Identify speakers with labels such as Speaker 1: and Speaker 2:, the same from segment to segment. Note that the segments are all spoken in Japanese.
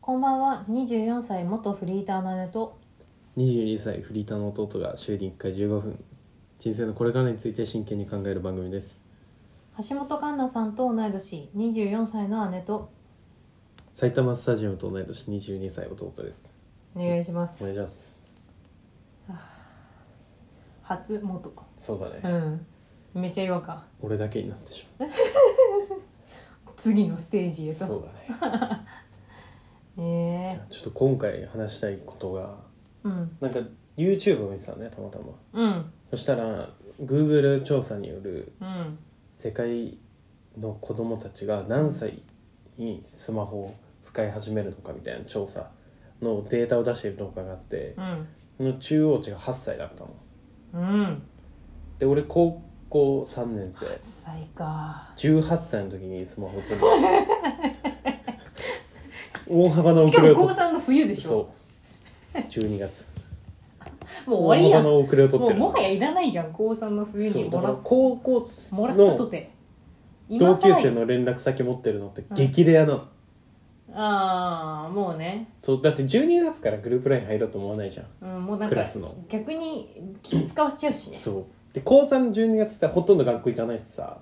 Speaker 1: こんばんは24歳元フリーターの姉と
Speaker 2: 22歳フリーターの弟が週に1回15分人生のこれからについて真剣に考える番組です
Speaker 1: 橋本環奈さんと同い年24歳の姉と
Speaker 2: 埼玉スタジアムと同い年22歳弟です
Speaker 1: お願いします
Speaker 2: お願いします
Speaker 1: 初元か
Speaker 2: そうだね、
Speaker 1: うんめちゃ違和感
Speaker 2: 俺だけになってしまう
Speaker 1: 次のステージへ
Speaker 2: そ
Speaker 1: と
Speaker 2: うだ
Speaker 1: え
Speaker 2: ねちょっと今回話したいことが
Speaker 1: ー、うん
Speaker 2: なんか YouTube を見てたのねたまたま
Speaker 1: うん
Speaker 2: そしたら Google 調査による
Speaker 1: うん
Speaker 2: 世界の子供たちが何歳にスマホを使い始めるのかみたいな調査のデータを出している動画があって、
Speaker 1: うん
Speaker 2: その中央値が8歳だったの
Speaker 1: うん
Speaker 2: で俺高校3年
Speaker 1: 最か
Speaker 2: 生18歳の時にスマホ を取りました大幅な
Speaker 1: し
Speaker 2: 遅
Speaker 1: か
Speaker 2: れ
Speaker 1: も
Speaker 2: を
Speaker 1: 高
Speaker 2: 取っ
Speaker 1: 3の冬でしょ
Speaker 2: そう12月
Speaker 1: もう終わりや
Speaker 2: 大
Speaker 1: ん
Speaker 2: 幅な遅れを取っ
Speaker 1: も
Speaker 2: て
Speaker 1: う
Speaker 2: る
Speaker 1: もはやいらないじゃん高3の冬
Speaker 2: そ
Speaker 1: に
Speaker 2: うだ
Speaker 1: も
Speaker 2: から
Speaker 1: ら
Speaker 2: 高校
Speaker 1: もらったと
Speaker 2: の
Speaker 1: て
Speaker 2: 同級
Speaker 1: 更
Speaker 2: 生の連絡先持ってるのって激レアなの、
Speaker 1: ああもうね、
Speaker 2: そうだって12月からグループライン入ろうと思わないじゃん
Speaker 1: うん、もうなん
Speaker 2: ク
Speaker 1: か
Speaker 2: ラスの
Speaker 1: 逆に気使わしちゃうしね
Speaker 2: そうで高3の12月ってほとんど学校行かないしさ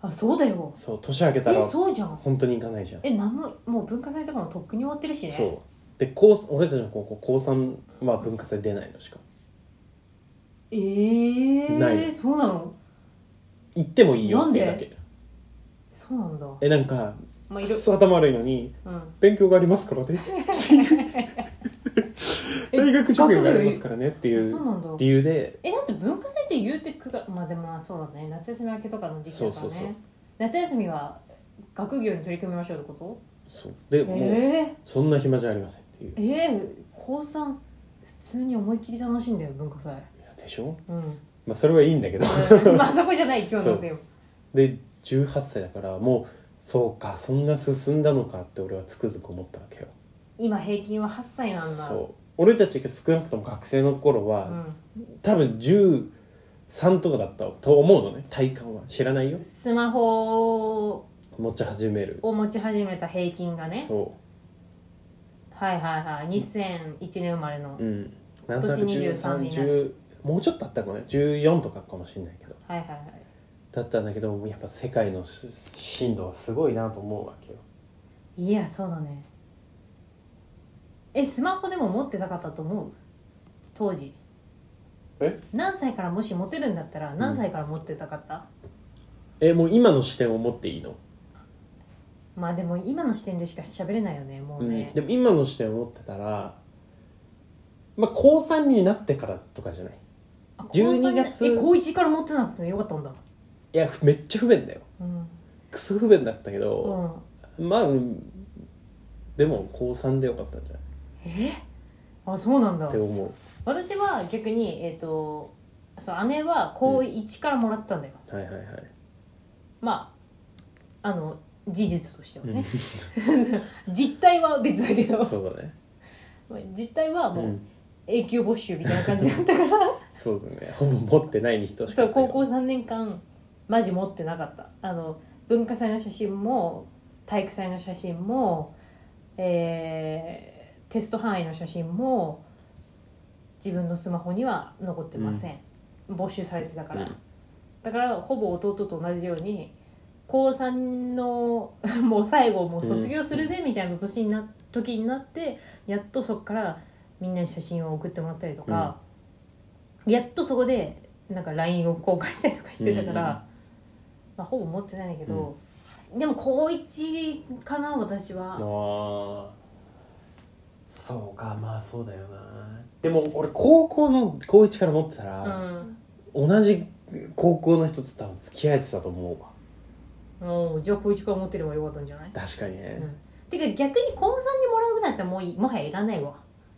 Speaker 1: あそうだよ
Speaker 2: そう年明けた
Speaker 1: え
Speaker 2: ら
Speaker 1: そうじゃん
Speaker 2: 本当に行かないじゃん
Speaker 1: え何ももう文化祭とかもとっくに終わってるしね
Speaker 2: そうで高俺たちの高校高3は文化祭出ないのしかも
Speaker 1: えー、
Speaker 2: ない
Speaker 1: そうなの
Speaker 2: 行ってもいいよ
Speaker 1: なん
Speaker 2: って
Speaker 1: で
Speaker 2: いうだけ
Speaker 1: そうなんだ
Speaker 2: えなんか
Speaker 1: まあ
Speaker 2: く
Speaker 1: い
Speaker 2: っ
Speaker 1: ろ
Speaker 2: そ頭悪いのに
Speaker 1: うん
Speaker 2: 勉強がありますから ね 大学受験がありますからねって い
Speaker 1: あそう
Speaker 2: う
Speaker 1: なんだ
Speaker 2: 理由で
Speaker 1: えだって文化祭って言うてくがまあでもまあそうだね夏休み明けとかの時期だからね
Speaker 2: そうそうそう
Speaker 1: 夏休みは学業に取り組みましょうってこ
Speaker 2: そうで
Speaker 1: と
Speaker 2: もう
Speaker 1: え
Speaker 2: そんな暇じゃありませんっていう
Speaker 1: ー、えー、高3普通に思いっきり楽しんだよ文化祭
Speaker 2: いやでしょ
Speaker 1: うん
Speaker 2: まあそれはいいんだけど
Speaker 1: まあそこじゃない今日のテーマ
Speaker 2: で18歳だからもうそうかそんな進んだのかって俺はつくづく思ったわけよ
Speaker 1: 今平均は8歳なんだ
Speaker 2: そう俺たちが少なくとも学生の頃は、多分13とかだったと思うのね体感は知らないよ
Speaker 1: うん、スマホ
Speaker 2: 持ち始める
Speaker 1: を持ち始めた平均がね
Speaker 2: そ
Speaker 1: はいはいはい2001年生まれの、
Speaker 2: ううんなんとなく
Speaker 1: 今年23
Speaker 2: 1310もうちょっとあったかもね14とかかもしれないけど
Speaker 1: はいはいはい
Speaker 2: だったんだけどやっぱ世界のし震度はすごいなと思うわけよ
Speaker 1: いやそうだねえスマホでも持ってなかったと思う当時
Speaker 2: え
Speaker 1: 何歳からもし持てるんだったら何歳から持ってたかった、
Speaker 2: えもう今の視点を持っていいの、
Speaker 1: まあでも今の視点でしか喋れないよねもうね
Speaker 2: うん、でも今の視点を持ってたらまあ高3になってからとかじゃない
Speaker 1: あ高
Speaker 2: 12
Speaker 1: 三で
Speaker 2: 月
Speaker 1: え高1から持ってなくてもよかったんだ
Speaker 2: いやめっちゃ不便だよ
Speaker 1: うん、
Speaker 2: クソ不便だったけ
Speaker 1: う
Speaker 2: ど、
Speaker 1: ん、
Speaker 2: まあうんでも高3でよかったんじゃない
Speaker 1: えあそうなんだ
Speaker 2: って思う
Speaker 1: 私は逆にえっ、とそう姉は高1からもらったんだよ、
Speaker 2: はいはいはい。
Speaker 1: まああの事実としてはね、 実態は別だけど
Speaker 2: そうだね。
Speaker 1: 実態は
Speaker 2: う、
Speaker 1: もうん永久没収みたいな感じだった から、
Speaker 2: そうだね。ほぼ持ってないに等しい。
Speaker 1: そう高校3年間マジ持ってなかったあの文化祭の写真も体育祭の写真も、えーテスト範囲の写真も自分のスマホには残ってません、没収されてたから、
Speaker 2: うん
Speaker 1: だからほぼ弟と同じように高3のもう最後もう卒業するぜみたいな年にな、時になってやっとそこからみんなに写真を送ってもらったりとか、やっとそこでなんか LINE を交換したりとかしてたから、
Speaker 2: うんうん
Speaker 1: まあ、ほぼ持ってないんだけど、でも高1かな私は。
Speaker 2: ああ。そうか、まあそうだよな。でも俺高校の高一から持ってた
Speaker 1: う
Speaker 2: ら、
Speaker 1: ん
Speaker 2: 同じ高校の人と多分付き合えてたと思うわ。
Speaker 1: もうじゃあ高1から持ってればよかったんじゃない、
Speaker 2: 確かにね。
Speaker 1: うんてか逆に高3にもらうぐらいだったらもういもはやいらないわ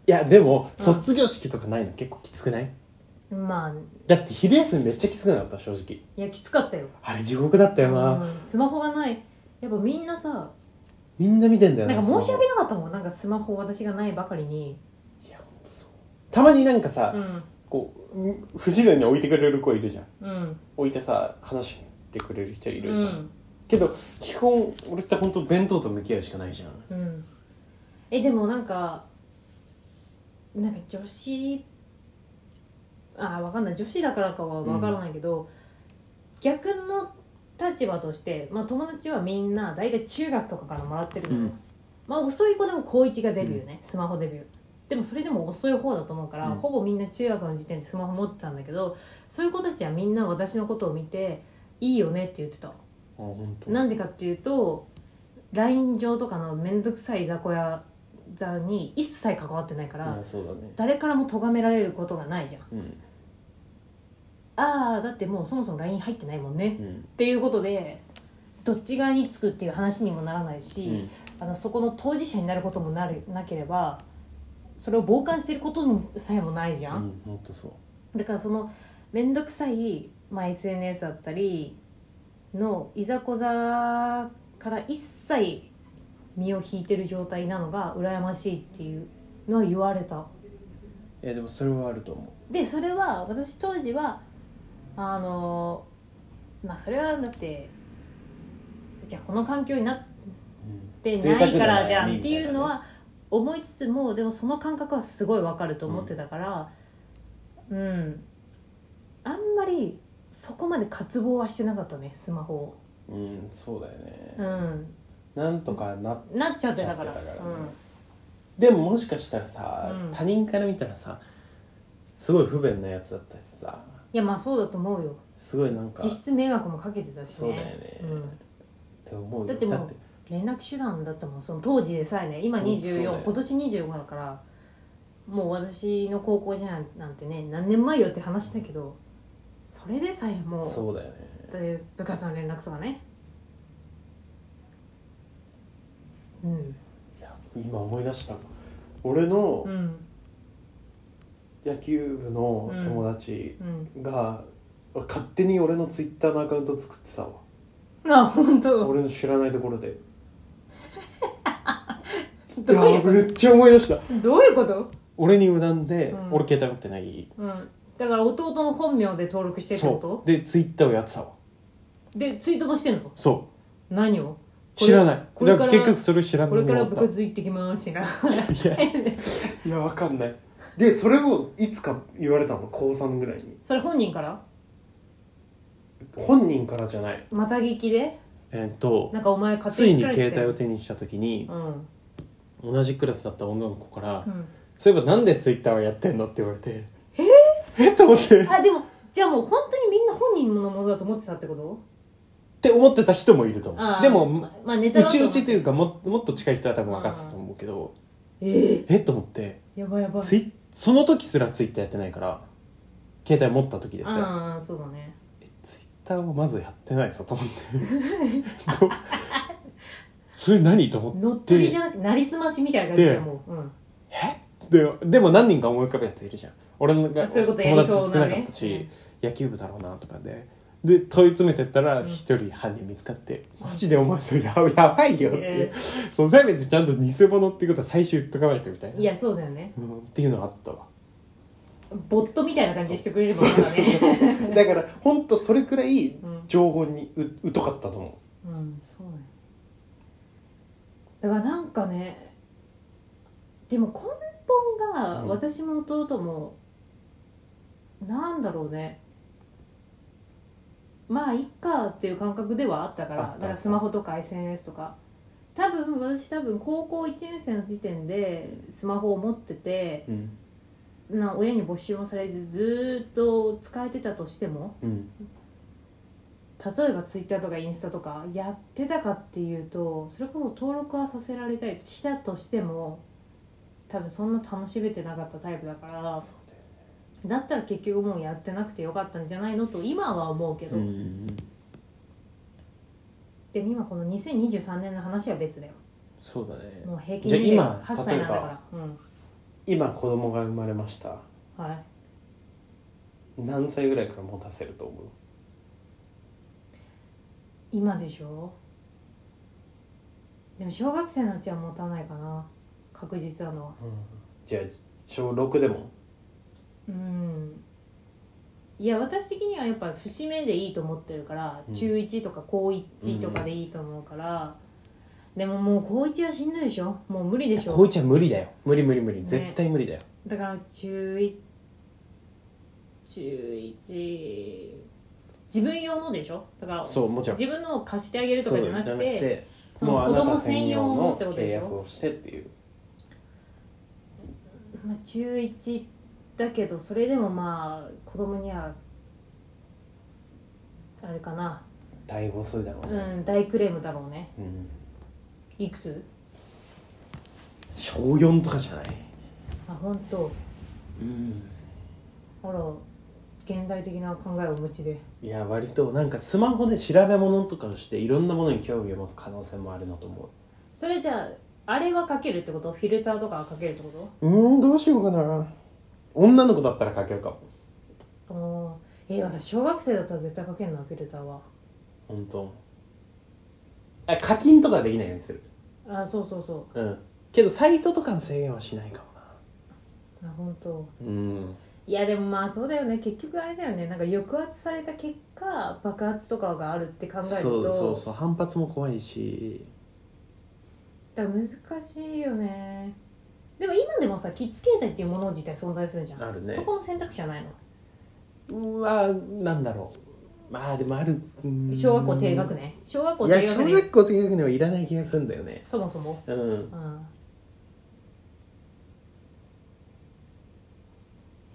Speaker 2: いやでも
Speaker 1: うん
Speaker 2: 卒業式とかないの結構きつくない？
Speaker 1: まあ
Speaker 2: だって昼休みめっちゃきつくなかった正直。
Speaker 1: いやきつかったよ
Speaker 2: あれ地獄だったよな。
Speaker 1: うんスマホがないやっぱみんなさ
Speaker 2: みんな見てんだよ
Speaker 1: な
Speaker 2: な。
Speaker 1: んか申し
Speaker 2: スマ
Speaker 1: 訳なかったもんなんかスマホ私がないばかりに、
Speaker 2: ホいや本当そう。たまになんかさ、
Speaker 1: うん
Speaker 2: こう不自然に置いてくれる子いるじゃん。
Speaker 1: うん
Speaker 2: 置いてさ話してくれる人いうるじゃん、
Speaker 1: ん
Speaker 2: けど基本俺って本当弁当と向き合うしかないじゃん
Speaker 1: うん、えでもなんかなんか女子あーわかんない女子だからかはわからないけど、逆の立場として、まあ、友達はみんな大体中学とかからもらってるのよ、
Speaker 2: うん
Speaker 1: まあ遅い子でも高1が出るよね、スマホデビューでもそれでも遅い方だと思うから、
Speaker 2: うん
Speaker 1: ほぼみんな中学の時点でスマホ持ってたんだけどそういう子たちはみんな私のことを見ていいよねって言ってた
Speaker 2: 本当
Speaker 1: なんでかっていうと LINE 上とかの面倒くさい雑魚や座に一切関わってないから、
Speaker 2: あそうだね
Speaker 1: 誰からも咎められることがないじゃん
Speaker 2: うん
Speaker 1: ああだってもうそもそも LINE 入ってないもんね、っ
Speaker 2: うん
Speaker 1: ていうことでどっち側につくっていう話にもならないし、
Speaker 2: うん
Speaker 1: あのそこの当事者になることもなるなければそれを傍観してることにさえもないじ
Speaker 2: う
Speaker 1: ゃん、
Speaker 2: ん本当そう
Speaker 1: だからその面倒くさい、まあ、SNS だったりのいざこざから一切身を引いてる状態なのが羨ましいっていうのは言われた
Speaker 2: いやでもそれはあると思
Speaker 1: でそれは私当時はあのまあそれはだってじゃあこの環境になっ
Speaker 2: う、うん
Speaker 1: って
Speaker 2: 贅
Speaker 1: な
Speaker 2: 沢
Speaker 1: い
Speaker 2: な
Speaker 1: からじゃ
Speaker 2: 悩み
Speaker 1: んっ
Speaker 2: み
Speaker 1: て
Speaker 2: たいなね
Speaker 1: いうのは思いつつもでもその感覚はすごいわかると思ってたからうん、あんまりそこまで渇望はしてなかったねスマホを、
Speaker 2: うん、そうだよね
Speaker 1: う、ん、
Speaker 2: なんとかな
Speaker 1: なっちゃってたから
Speaker 2: なっちゃってたから
Speaker 1: う
Speaker 2: ね
Speaker 1: ん
Speaker 2: でももしかしたらさ、
Speaker 1: うん
Speaker 2: 他人から見たらさすごい不便なやつだったしさ
Speaker 1: いやまあそうだと思うよ
Speaker 2: すごいなんか
Speaker 1: 実質迷惑もかけてたしね
Speaker 2: そうだよね、
Speaker 1: う
Speaker 2: っ
Speaker 1: ん
Speaker 2: て思うよ
Speaker 1: だってもう連絡手段だったもんその当時でさえね今
Speaker 2: うんそうだよ
Speaker 1: 24今年25だからもう私の高校時代なんてね何年前よって話だけどそれでさえもう
Speaker 2: そうだよね
Speaker 1: で部活の連絡とかねうん
Speaker 2: いや今思い出した俺の
Speaker 1: うん
Speaker 2: 野球部の友達
Speaker 1: うん
Speaker 2: が、勝手に俺のツイッターのアカウント作ってたわ
Speaker 1: あ本当
Speaker 2: 俺の知らないところでい
Speaker 1: どうい
Speaker 2: や
Speaker 1: う
Speaker 2: めっちゃ思い出した
Speaker 1: どういうこと、
Speaker 2: 俺に無断で、
Speaker 1: うん
Speaker 2: 俺携帯持ってない
Speaker 1: うん、だから弟の本名で登録してってこ
Speaker 2: そうでツイッターをやってたわ
Speaker 1: とでツイートもしてんの
Speaker 2: そう
Speaker 1: 何をこれ
Speaker 2: 知らない
Speaker 1: これ
Speaker 2: だ
Speaker 1: か
Speaker 2: からら結局それを知らず
Speaker 1: こ
Speaker 2: に
Speaker 1: れか
Speaker 2: 終
Speaker 1: ら
Speaker 2: わっ
Speaker 1: 部
Speaker 2: た
Speaker 1: 活行ってきますみたい
Speaker 2: いや
Speaker 1: な
Speaker 2: いやわかんないでそれをいつか言われたの高3ぐらいに
Speaker 1: それ本人から
Speaker 2: 本人からじゃない
Speaker 1: また聞きで
Speaker 2: えーっと
Speaker 1: なんかお前勝
Speaker 2: つ
Speaker 1: 手
Speaker 2: い
Speaker 1: に
Speaker 2: に
Speaker 1: 力入れ
Speaker 2: 携
Speaker 1: てた
Speaker 2: 帯を
Speaker 1: よ
Speaker 2: 手にした時に
Speaker 1: うん
Speaker 2: 同じクラスだった女の子から
Speaker 1: うん
Speaker 2: 「そういえばなんでツイッターをやってんの?」って言われてええっと思ってっ
Speaker 1: あでもじゃあもう本当にみんな本人のものだと思ってたってこと
Speaker 2: て思ってた人もいると思
Speaker 1: あ
Speaker 2: う
Speaker 1: ー
Speaker 2: でも
Speaker 1: ままあネタ
Speaker 2: う
Speaker 1: だと
Speaker 2: ち
Speaker 1: 思
Speaker 2: うちというかももっと近い人は多分分かってたと思うけど
Speaker 1: ええ
Speaker 2: えっと思って
Speaker 1: やばいやばい
Speaker 2: ツイその時すらツイッターやってないから携帯持った時ですよ
Speaker 1: ああそうだね
Speaker 2: ツイッターをまずやってないぞと思っ てどそれ何と思っ
Speaker 1: 乗っ取りじゃなくてなりすましみたいな感じだよもう、うん、
Speaker 2: てでも何人か思い浮かぶやついるじゃん俺のが
Speaker 1: あそういう
Speaker 2: 友
Speaker 1: ことやり
Speaker 2: 達
Speaker 1: そう
Speaker 2: 少なか
Speaker 1: なね
Speaker 2: ったし、野球部だろうなとかでで問い詰めてったら
Speaker 1: うん
Speaker 2: 一人犯人見つかって「マジでお前それややばい よ」って、
Speaker 1: え
Speaker 2: そのせめてちゃんと偽物っていうことは最終言っとかないとみたいな。
Speaker 1: いやそうだよね
Speaker 2: うん、っていうのはあったわ
Speaker 1: ボットみたいな感じでしてくれれば
Speaker 2: そ
Speaker 1: いういから
Speaker 2: そう
Speaker 1: ね
Speaker 2: そうだから本当それくらい
Speaker 1: うん
Speaker 2: 情報にう疎かったと思
Speaker 1: うんそうだねだからなんかねでも根本が
Speaker 2: うん
Speaker 1: 私も弟も、なんだろうねまあいっかっていう感覚ではあったから
Speaker 2: あった
Speaker 1: だからスマホとか SNS とか多分私多分高校1年生の時点でスマホを持ってて
Speaker 2: ううん
Speaker 1: な親に没収もされずずーっと使えてたとしても
Speaker 2: うん
Speaker 1: 例えばツイッターとかインスタとかやってたかっていうとそれこそ登録はさせられたりしたとしても多分そんな楽しめてなかったタイプだから
Speaker 2: そうだよ
Speaker 1: だったら結局もうやってなくてよかったんじゃないのと今は思うけど、
Speaker 2: うん
Speaker 1: でも今この2023年の話は別だよ
Speaker 2: そうだね
Speaker 1: もう平均
Speaker 2: じゃあ
Speaker 1: 年齢
Speaker 2: 今
Speaker 1: 8歳なんだか
Speaker 2: 例え
Speaker 1: らうん
Speaker 2: 今子供が生まれました
Speaker 1: はい
Speaker 2: 何歳ぐらいから持たせると思う
Speaker 1: 今でしょでも小学生のうちは持たないかな確実なのは
Speaker 2: じゃあ小6でも
Speaker 1: うんいや私的にはやっぱ節目でいいと思ってるから、
Speaker 2: うん
Speaker 1: 中1とか高1とかでいいと思うから、でももう高一はしんどいでしょもう無理でし
Speaker 2: 高
Speaker 1: ょ
Speaker 2: 一は無理だよ無理無理無理
Speaker 1: ね
Speaker 2: 絶対無理だよ、
Speaker 1: だから中一中一自分用のでしょだから
Speaker 2: そうもちろん
Speaker 1: 自分のを貸してあげるとかじゃな
Speaker 2: そ
Speaker 1: く
Speaker 2: うじゃなく
Speaker 1: て
Speaker 2: て
Speaker 1: そ
Speaker 2: もう
Speaker 1: の
Speaker 2: あ
Speaker 1: 子
Speaker 2: な
Speaker 1: 供
Speaker 2: た専
Speaker 1: 専
Speaker 2: 用
Speaker 1: 用の
Speaker 2: の
Speaker 1: ってこと
Speaker 2: 契
Speaker 1: でし
Speaker 2: 約
Speaker 1: ょ、
Speaker 2: をしてっていう
Speaker 1: まあ、中一だけどそれでもまあ子供にはあれかな
Speaker 2: 大誤数だろ
Speaker 1: う
Speaker 2: うね、
Speaker 1: ん大クレームだろうね
Speaker 2: うん、
Speaker 1: いくつ
Speaker 2: 小4とかじゃない
Speaker 1: あ本当
Speaker 2: うん
Speaker 1: あら現代的な考えをお持ちで
Speaker 2: いや割となんかスマホで調べ物とかをしていろんなものに興味を持つ可能性もあるなと思
Speaker 1: それじゃああれはかけるってことフィルターとかはかけるってこ
Speaker 2: ううんどうしようかな女の子だったら書けるかも
Speaker 1: とあーえー、私小学生だったら絶対かけんなフィルターは
Speaker 2: 本当あ課金とかはできないようにする
Speaker 1: あそうそうそ
Speaker 2: うんけどサイトとかの制限はしないか
Speaker 1: うあ本当
Speaker 2: もなうん
Speaker 1: いやでもまあそうだよね結局あれだよねなんか抑圧された結果爆発とかがあるって考えると
Speaker 2: そうそうそう反発も怖いし
Speaker 1: だから難しいよねでも今でもさキッズ携帯っていうもの自体存在するじゃん
Speaker 2: あるね
Speaker 1: そこの選択肢はないの
Speaker 2: うわなんだろうまあでもあるうん
Speaker 1: 小学校低学年小学校
Speaker 2: いや
Speaker 1: 低
Speaker 2: 小
Speaker 1: 学年
Speaker 2: 学校低学年はいらない気がするんだよね
Speaker 1: そもそも
Speaker 2: うん
Speaker 1: うん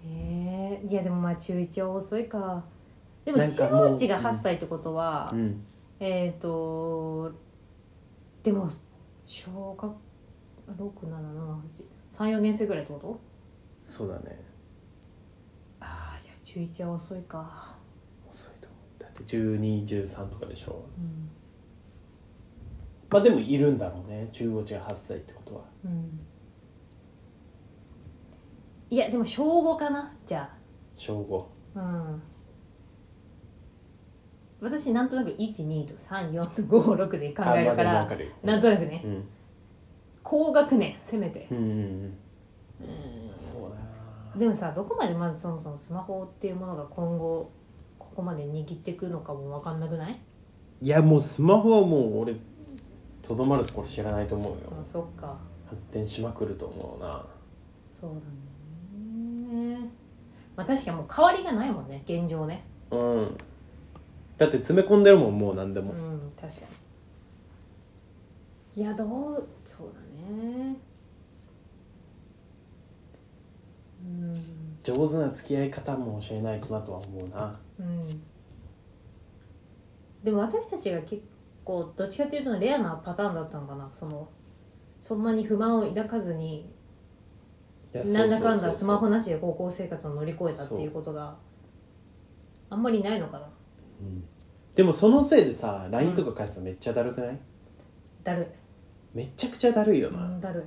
Speaker 1: えー、いやでもまあ中1は遅いかでも
Speaker 2: なん
Speaker 1: 中
Speaker 2: かもう
Speaker 1: 1が8歳ってことは、
Speaker 2: うん
Speaker 1: えっ、ー、とでも小学67784年生ぐらいってこと
Speaker 2: そうだね
Speaker 1: ああじゃあ中1は遅いか、
Speaker 2: 遅いと思うだって1213とかでしょ
Speaker 1: うん
Speaker 2: まあでもいるんだろうね15歳8歳ってことは
Speaker 1: うん、いやでも小5かなじゃ
Speaker 2: 小5
Speaker 1: あうん私なんとなく12と34と56で考えるか
Speaker 2: あまあでもわ
Speaker 1: ら
Speaker 2: かるよ
Speaker 1: なんとなくね
Speaker 2: うん
Speaker 1: 高学年せめて
Speaker 2: う、んうん
Speaker 1: う
Speaker 2: うんそうだな
Speaker 1: でもさどこまでまずそもそもスマホっていうものが今後ここまで握っていくのかも分かんなくない
Speaker 2: いやもうスマホはもう俺とどまるところ知らないと思うよ
Speaker 1: あそっか
Speaker 2: 発展しまくると思うな
Speaker 1: そうだねまあ確かにもう変わりがないもんね現状ね
Speaker 2: うんだって詰め込んでるもんもう何で
Speaker 1: う
Speaker 2: も、
Speaker 1: ん確かにいやどうそうだねうん
Speaker 2: 上手な付き合い方も教えないとなとは思うな
Speaker 1: うんでも私たちが結構どっちかっていうとレアなパターンだったのかなそのそんなに不満を抱かずに
Speaker 2: いや
Speaker 1: なんだかんだスマホ
Speaker 2: の、
Speaker 1: なしで高校生活を乗り越えたっていうことがあんまりないのかな
Speaker 2: うんでもそのせいでさ LINE とか返すのめっちゃだるくない、
Speaker 1: だる
Speaker 2: めちゃくちゃだるいよ
Speaker 1: い、
Speaker 2: な、
Speaker 1: うん、だる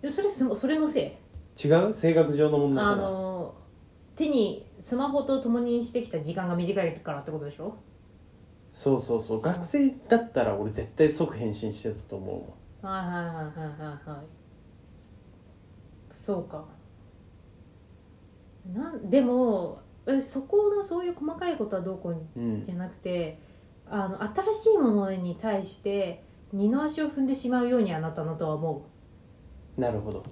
Speaker 1: いでもそれすそれのせい
Speaker 2: 違う性格上の問題
Speaker 1: あ
Speaker 2: かな
Speaker 1: の手にスマホと共にしてきた時間が短いからってことでしょ
Speaker 2: そうそうそう学生だったら俺絶対即返信してたと思うもん
Speaker 1: はいはいはいはいはいはいそうかなんでもえそこのそういう細かいことはどうこう
Speaker 2: うん
Speaker 1: じゃなくてあの新しいものに対して二の足を踏んでしまうようにはなったなとは思
Speaker 2: なるほど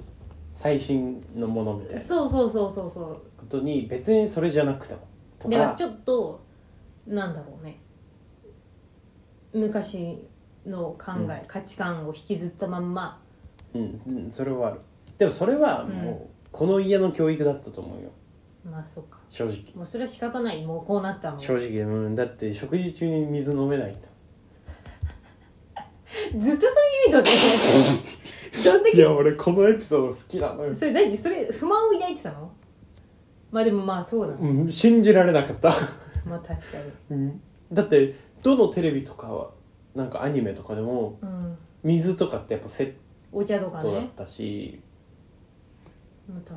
Speaker 2: 最新のものみたいうな
Speaker 1: そうそうそうそうそ
Speaker 2: ことに別にそれじゃなくてもと
Speaker 1: うだから
Speaker 2: か
Speaker 1: ちょっとなんだろうね昔の考え、
Speaker 2: う
Speaker 1: 価値観を引きずったまんま
Speaker 2: うん、うん、それはあるでもそれはもうこの家の教育だったと思うよ
Speaker 1: まあそうか
Speaker 2: 正直
Speaker 1: もうそれは仕方ないもうこうなったもん
Speaker 2: 正直うんだって食事中に水飲めないと
Speaker 1: ずっとそう言うよね どんだ
Speaker 2: い
Speaker 1: け
Speaker 2: や俺このエピソード好きなのよ、
Speaker 1: それ何それ不満を抱いてたのまあでもまあそうだね
Speaker 2: うん、信じられなかった、
Speaker 1: まあ確かに
Speaker 2: うん、だってどのテレビとかはなんかアニメとかでも
Speaker 1: うん
Speaker 2: 水とかってやっぱセ
Speaker 1: お茶と
Speaker 2: ッ
Speaker 1: か
Speaker 2: トだっ
Speaker 1: ね
Speaker 2: たし
Speaker 1: まあ確か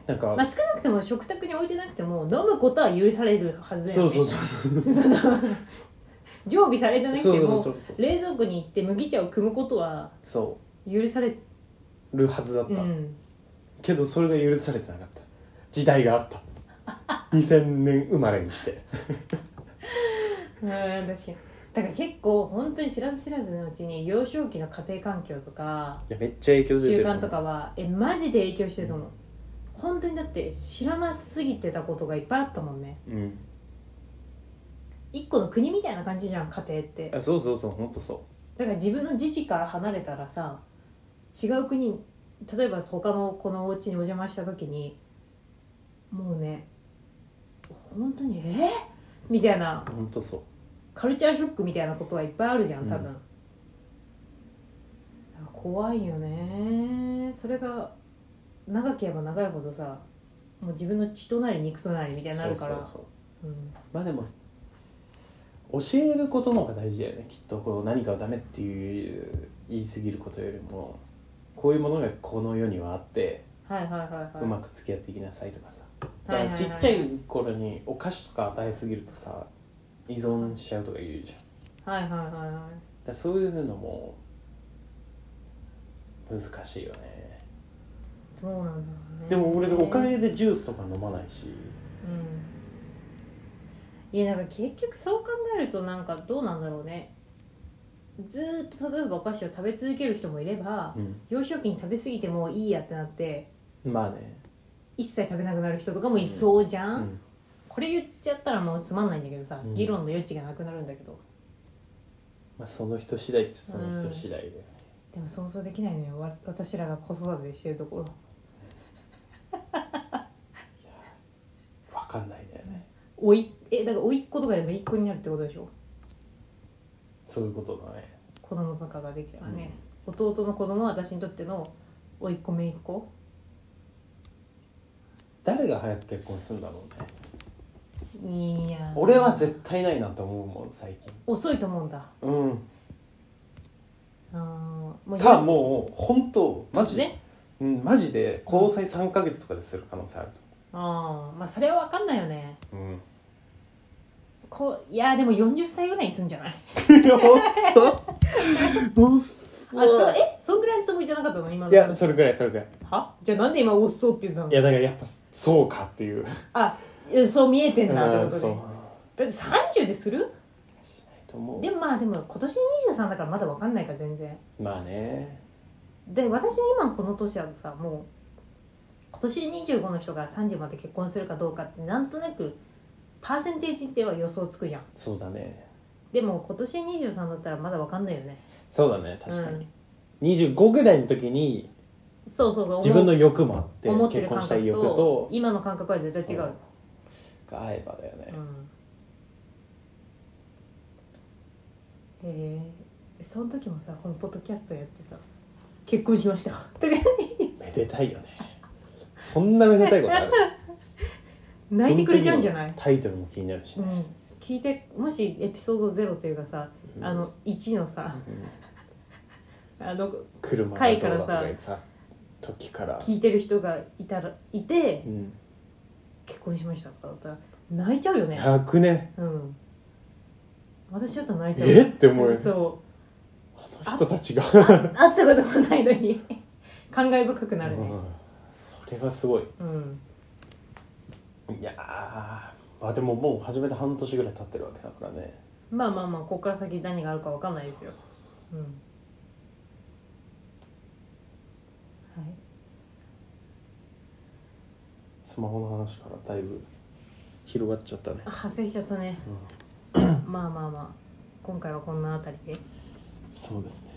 Speaker 1: に
Speaker 2: なんか、
Speaker 1: まあ少なくとも食卓に置いてなくても飲むことは許されるはずだよ
Speaker 2: そう
Speaker 1: ね
Speaker 2: そうそうそう
Speaker 1: う 常備されてなくて
Speaker 2: そう
Speaker 1: も
Speaker 2: そうそうそう
Speaker 1: 冷蔵庫に行って麦茶を汲むことは
Speaker 2: そ
Speaker 1: 許され
Speaker 2: うるはずだった、
Speaker 1: うん
Speaker 2: けどそれが許されてなかった時代があった2000年生まれにして
Speaker 1: うん確かにだから結構本当に知らず知らずのうちに幼少期の家庭環境とか
Speaker 2: いやめっちゃ影響出
Speaker 1: 習
Speaker 2: てる思
Speaker 1: 慣
Speaker 2: う
Speaker 1: とかはえマジで影響してると思う本当にだって知らなすぎてたことがいっぱいあったもんね
Speaker 2: うん
Speaker 1: 一個の国みたいな感じじゃん家庭って
Speaker 2: あそうそうそうほんとそ
Speaker 1: だから自分の自治から離れたらさ違う国例えば他のこのお家にお邪魔した時にもうね本当にえみたいな
Speaker 2: うほんとそう
Speaker 1: カルチャーショックみたいなことはいっぱいあるじゃん多分、
Speaker 2: うん
Speaker 1: だから怖いよねそれが長ければ長いほどさもう自分の血となり肉となりみたいになるから
Speaker 2: そうそうそ
Speaker 1: う
Speaker 2: う
Speaker 1: ん
Speaker 2: まあでも教えることの方が大事だよねきっとこう何かをダメっていう言い過ぎることよりもこういうものがこの世にはあって、
Speaker 1: はいはいはいはいう
Speaker 2: まく付き合っていきなさいとかさだ
Speaker 1: はい
Speaker 2: から
Speaker 1: はい
Speaker 2: ち
Speaker 1: はい
Speaker 2: っちゃい頃にお菓子とか与えすぎるとさ依存しちゃうとか言うじゃんだか
Speaker 1: はいはいはいはい
Speaker 2: らそういうのも難しいよね
Speaker 1: そうなんだろうね
Speaker 2: でも俺おかげでジュースとか飲まないし
Speaker 1: うん、いやなんか結局そう考えるとなんかどうなんだろうねずーっと例えばお菓子を食べ続ける人もいれば
Speaker 2: うん
Speaker 1: 幼少期に食べ過ぎてもういいやってなって
Speaker 2: まあね
Speaker 1: 一切食べなくなる人とかもいそうじゃ、
Speaker 2: うんん
Speaker 1: これ言っちゃったらもうつまんないんだけどさ、
Speaker 2: うん
Speaker 1: 議論の余地がなくなるんだけど
Speaker 2: まあその人次第っちゃその人次第で、
Speaker 1: でも想像できないのよわ私らが子育てしてるところ
Speaker 2: わかんないんだよね
Speaker 1: おいえだから甥いっ子とかでもいっ子になるってことでしょ
Speaker 2: そういうことだね
Speaker 1: 子供とかができたらね、弟の子供は私にとっての甥いっ子姪っ子
Speaker 2: 誰が早く結婚するんだろうね
Speaker 1: いやー
Speaker 2: 俺は絶対ないなと思うもん最近
Speaker 1: 遅いと思うんだ
Speaker 2: うん
Speaker 1: あーもう
Speaker 2: かもう本当マジで、
Speaker 1: ね
Speaker 2: うん、マジで交際3か月とかでする可能性ある
Speaker 1: あーまあそれは分かんないよね
Speaker 2: うん
Speaker 1: こういやーでも40歳ぐらいにすんじゃない
Speaker 2: おっそおっ
Speaker 1: あそ
Speaker 2: そう
Speaker 1: えそんぐらいのつもりじゃなかったの今の
Speaker 2: いやそれぐらいそれぐらい
Speaker 1: はじゃあなんで今おっそうって言ったの
Speaker 2: いやだからやっぱそうかっていう
Speaker 1: あいやそう見えてんなって
Speaker 2: うん
Speaker 1: こと
Speaker 2: そう
Speaker 1: でだって30でする
Speaker 2: しないと思
Speaker 1: でもまあでも今年23だからまだ分かんないから全然
Speaker 2: うまあね
Speaker 1: で私は今この年だとさもう今年25の人が30まで結婚するかどうかってなんとなくパーセンテージでは予想つくじゃん
Speaker 2: そうだね
Speaker 1: でも今年23だったらまだ分かんないよね
Speaker 2: そうだね確か
Speaker 1: う
Speaker 2: に
Speaker 1: ん、
Speaker 2: 25ぐらいの時に
Speaker 1: そうそうそう
Speaker 2: 自分
Speaker 1: 思
Speaker 2: の
Speaker 1: う
Speaker 2: 欲もあって
Speaker 1: 思って
Speaker 2: 結
Speaker 1: る
Speaker 2: 婚
Speaker 1: 感
Speaker 2: した
Speaker 1: 覚
Speaker 2: い欲
Speaker 1: と
Speaker 2: と
Speaker 1: 今の感覚は絶対違う
Speaker 2: そうが合えばだよね、
Speaker 1: うん、でその時もさこのポッドキャストやってさ「結婚しました」 とか
Speaker 2: めでたいよねそんなめでたいことある
Speaker 1: 泣いてくれちゃうんじゃない、
Speaker 2: タイトルも気になるし
Speaker 1: う
Speaker 2: ね、
Speaker 1: ん、聞いてもしエピソード0というかさ、
Speaker 2: うん
Speaker 1: あの1のさ
Speaker 2: うん
Speaker 1: あの
Speaker 2: 車がど
Speaker 1: 回
Speaker 2: う
Speaker 1: か
Speaker 2: だ
Speaker 1: ら
Speaker 2: と
Speaker 1: さ
Speaker 2: か言ってた時から
Speaker 1: 聞いてる人がいたらいて
Speaker 2: うん
Speaker 1: 「結婚しました」とかだったら泣いちゃうよね
Speaker 2: 泣くね
Speaker 1: うん私だったら泣いちゃう
Speaker 2: えって思うよね
Speaker 1: そう
Speaker 2: あの人たちが
Speaker 1: 会ったこともないのに 感慨深くなる
Speaker 2: う
Speaker 1: ね
Speaker 2: んそれはすごい
Speaker 1: うん
Speaker 2: いやーまあでももう始めて半年ぐらい経ってるわけだからね
Speaker 1: まあまあまあここから先何があるかわかんないですようんはい
Speaker 2: スマホの話からだいぶ広がっちゃったね
Speaker 1: あ、派生しちゃったね
Speaker 2: うん、
Speaker 1: まあまあまあ今回はこんなあたりで
Speaker 2: そうですね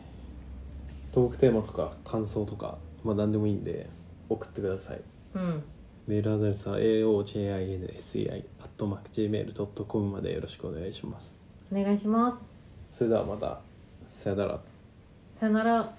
Speaker 2: トークテーマとか感想とかまあ何でもいいんで送ってください
Speaker 1: うん
Speaker 2: メールアドレスは aojinsei.gmail.com までよろしくお願いします。
Speaker 1: お願いします
Speaker 2: それではまた。さよなら。
Speaker 1: さよなら